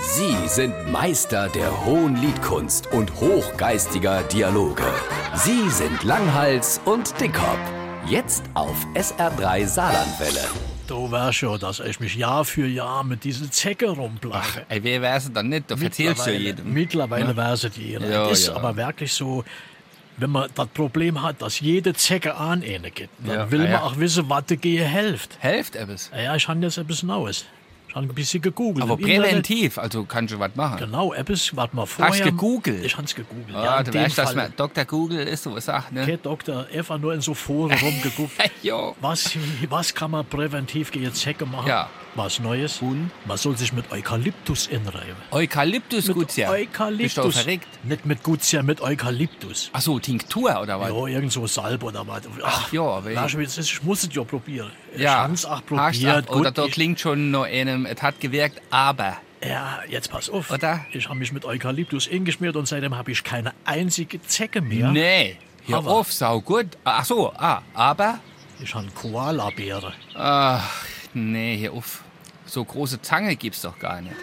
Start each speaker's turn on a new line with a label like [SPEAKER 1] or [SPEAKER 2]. [SPEAKER 1] Sie sind Meister der hohen Liedkunst und hochgeistiger Dialoge. Sie sind Langhals und Dickhop. Jetzt auf SR3 Saarlandwelle.
[SPEAKER 2] Du weißt schon, dass ich mich Jahr für Jahr mit diesen Zecke rumplache.
[SPEAKER 3] Ey, wer wär's denn dann nicht? Da erzählst du ja
[SPEAKER 2] Mittlerweile-
[SPEAKER 3] jedem.
[SPEAKER 2] Mittlerweile weiß es jeder.
[SPEAKER 3] Ja,
[SPEAKER 2] das ist
[SPEAKER 3] ja.
[SPEAKER 2] aber wirklich so, wenn man das Problem hat, dass jede Zecke an eine gibt, dann
[SPEAKER 3] Ja,
[SPEAKER 2] will man
[SPEAKER 3] ja.
[SPEAKER 2] auch wissen, was die Gehe hilft.
[SPEAKER 3] Helft etwas.
[SPEAKER 2] Ja, ich habe jetzt etwas Neues. Ich habe ein bisschen gegoogelt.
[SPEAKER 3] Aber
[SPEAKER 2] im Internet.
[SPEAKER 3] präventiv, also kannst du was machen.
[SPEAKER 2] Genau, etwas, was man vorher...
[SPEAKER 3] gegoogelt?
[SPEAKER 2] Ich habe es gegoogelt, ja,
[SPEAKER 3] Ja,
[SPEAKER 2] in
[SPEAKER 3] du
[SPEAKER 2] dem
[SPEAKER 3] weißt, dass
[SPEAKER 2] Fall. Genau.
[SPEAKER 3] man Dr. Google ist, so was sagt, ne?
[SPEAKER 2] Okay, Dr. F. hat nur in so Foren rumgeguckt.
[SPEAKER 3] jo.
[SPEAKER 2] Was, was kann man präventiv gegen Zecke machen?
[SPEAKER 3] Ja.
[SPEAKER 2] Was Neues?
[SPEAKER 3] Und?
[SPEAKER 2] Man soll sich mit Eukalyptus einreiben.
[SPEAKER 3] Eukalyptus gut ja. Bist du auch
[SPEAKER 2] Eukalyptus.
[SPEAKER 3] verrückt?
[SPEAKER 2] Nicht mit Gutzia, mit Eukalyptus.
[SPEAKER 3] Ach so, Tinktur oder was?
[SPEAKER 2] Ja, irgend so Salbe oder was.
[SPEAKER 3] Ach ja, aber ich-
[SPEAKER 2] weißt du, jetzt ist- ich muss es ja probieren. Ich
[SPEAKER 3] Ja.
[SPEAKER 2] hab's auch
[SPEAKER 3] Hast du
[SPEAKER 2] probiert.
[SPEAKER 3] auch- Oder
[SPEAKER 2] Gut,
[SPEAKER 3] da
[SPEAKER 2] ich-
[SPEAKER 3] klingt schon noch einem, es hat gewirkt, aber.
[SPEAKER 2] Ja, jetzt pass auf.
[SPEAKER 3] Oder?
[SPEAKER 2] Ich habe mich mit Eukalyptus eingeschmiert und seitdem habe ich keine einzige Zecke mehr.
[SPEAKER 3] Nee, hör
[SPEAKER 2] Aber.
[SPEAKER 3] auf, sau gut. Ach so, ah, aber.
[SPEAKER 2] Ich habe Koala-Beere.
[SPEAKER 3] Ach, nee, hör auf. So große Zange gibt's doch gar nicht.